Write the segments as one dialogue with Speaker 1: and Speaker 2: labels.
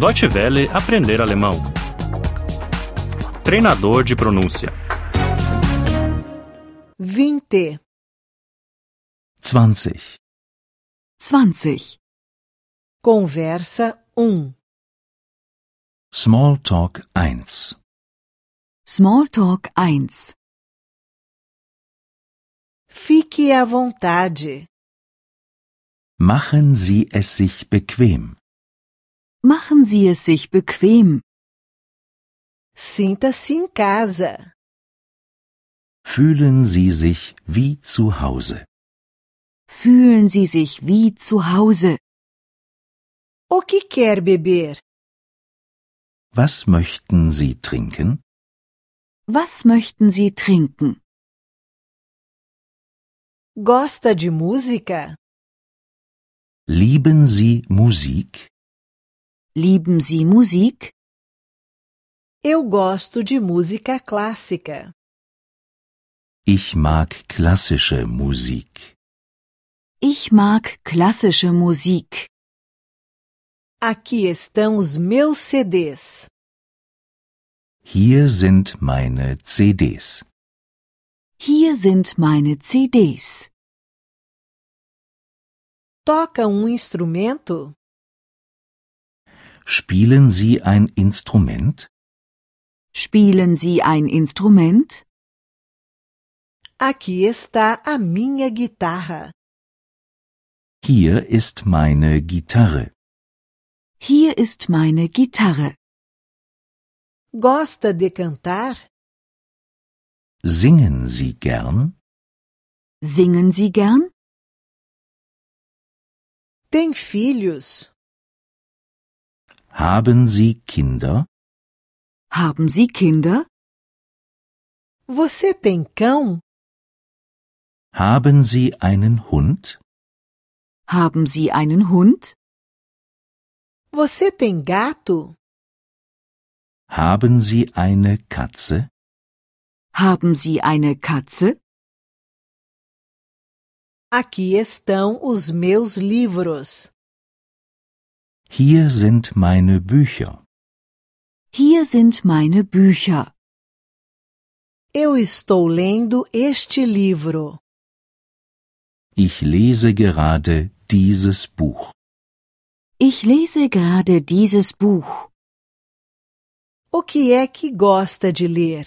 Speaker 1: Deutsche Welle aprender alemão. Treinador de pronúncia.
Speaker 2: 20.
Speaker 3: 20.
Speaker 4: 20.
Speaker 2: Conversa 1.
Speaker 3: Smalltalk 1.
Speaker 4: Smalltalk 1.
Speaker 2: Fique à vontade.
Speaker 3: Machen Sie es sich bequem.
Speaker 4: Machen Sie es sich bequem.
Speaker 2: Sinta-se em casa.
Speaker 3: Fühlen Sie sich wie zu Hause.
Speaker 4: Fühlen Sie sich wie zu Hause.
Speaker 2: O que quer beber?
Speaker 3: Was möchten Sie trinken?
Speaker 4: Was möchten Sie trinken?
Speaker 2: Gosta de música?
Speaker 3: Lieben Sie Musik?
Speaker 4: Lieben Sie Musik?
Speaker 2: Eu gosto de música clássica.
Speaker 3: Ich mag klassische Musik.
Speaker 4: Ich mag klassische Musik.
Speaker 2: Aqui estão os meus CDs.
Speaker 3: Hier sind meine CDs.
Speaker 4: Hier sind meine CDs.
Speaker 2: Toca um instrumento?
Speaker 3: Spielen Sie ein Instrument?
Speaker 4: Spielen Sie ein Instrument?
Speaker 2: Aqui está a minha guitarra.
Speaker 3: Hier ist meine Gitarre.
Speaker 4: Hier ist meine Gitarre.
Speaker 2: Gosta de cantar?
Speaker 3: Singen Sie gern?
Speaker 4: Singen Sie gern?
Speaker 2: Tem filhos?
Speaker 3: Haben Sie Kinder?
Speaker 4: Haben Sie Kinder?
Speaker 2: Você tem cão?
Speaker 3: Haben Sie einen Hund?
Speaker 4: Haben Sie einen Hund?
Speaker 2: Você tem gato?
Speaker 3: Haben Sie eine Katze?
Speaker 4: Haben Sie eine Katze?
Speaker 2: Aqui estão os meus livros.
Speaker 3: Hier sind meine Bücher.
Speaker 4: Hier sind meine Bücher.
Speaker 2: Eu estou lendo este livro.
Speaker 3: Ich lese gerade dieses Buch.
Speaker 4: Ich lese gerade dieses Buch.
Speaker 2: O que é que gosta de ler?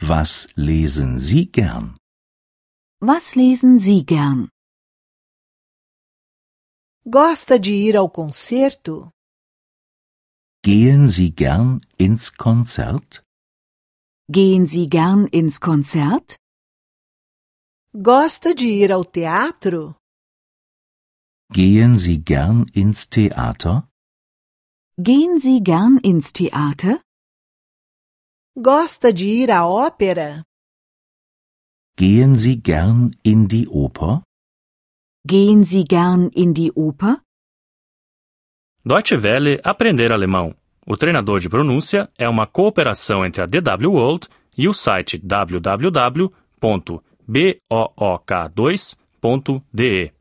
Speaker 3: Was lesen Sie gern?
Speaker 4: Was lesen Sie gern?
Speaker 2: Gosta de ir ao concerto?
Speaker 3: Gehen Sie gern ins Konzert?
Speaker 4: Gehen Sie gern ins Konzert?
Speaker 2: Gosta de ir ao teatro?
Speaker 3: Gehen Sie gern ins Theater?
Speaker 4: Gehen Sie gern ins Theater?
Speaker 2: Gosta de ir à ópera?
Speaker 3: Gehen Sie gern in die Oper?
Speaker 4: Gehen Sie gern in die Oper?
Speaker 1: Deutsche Welle aprender alemão. O treinador de pronúncia é uma cooperação entre a DW World e o site www.book2.de.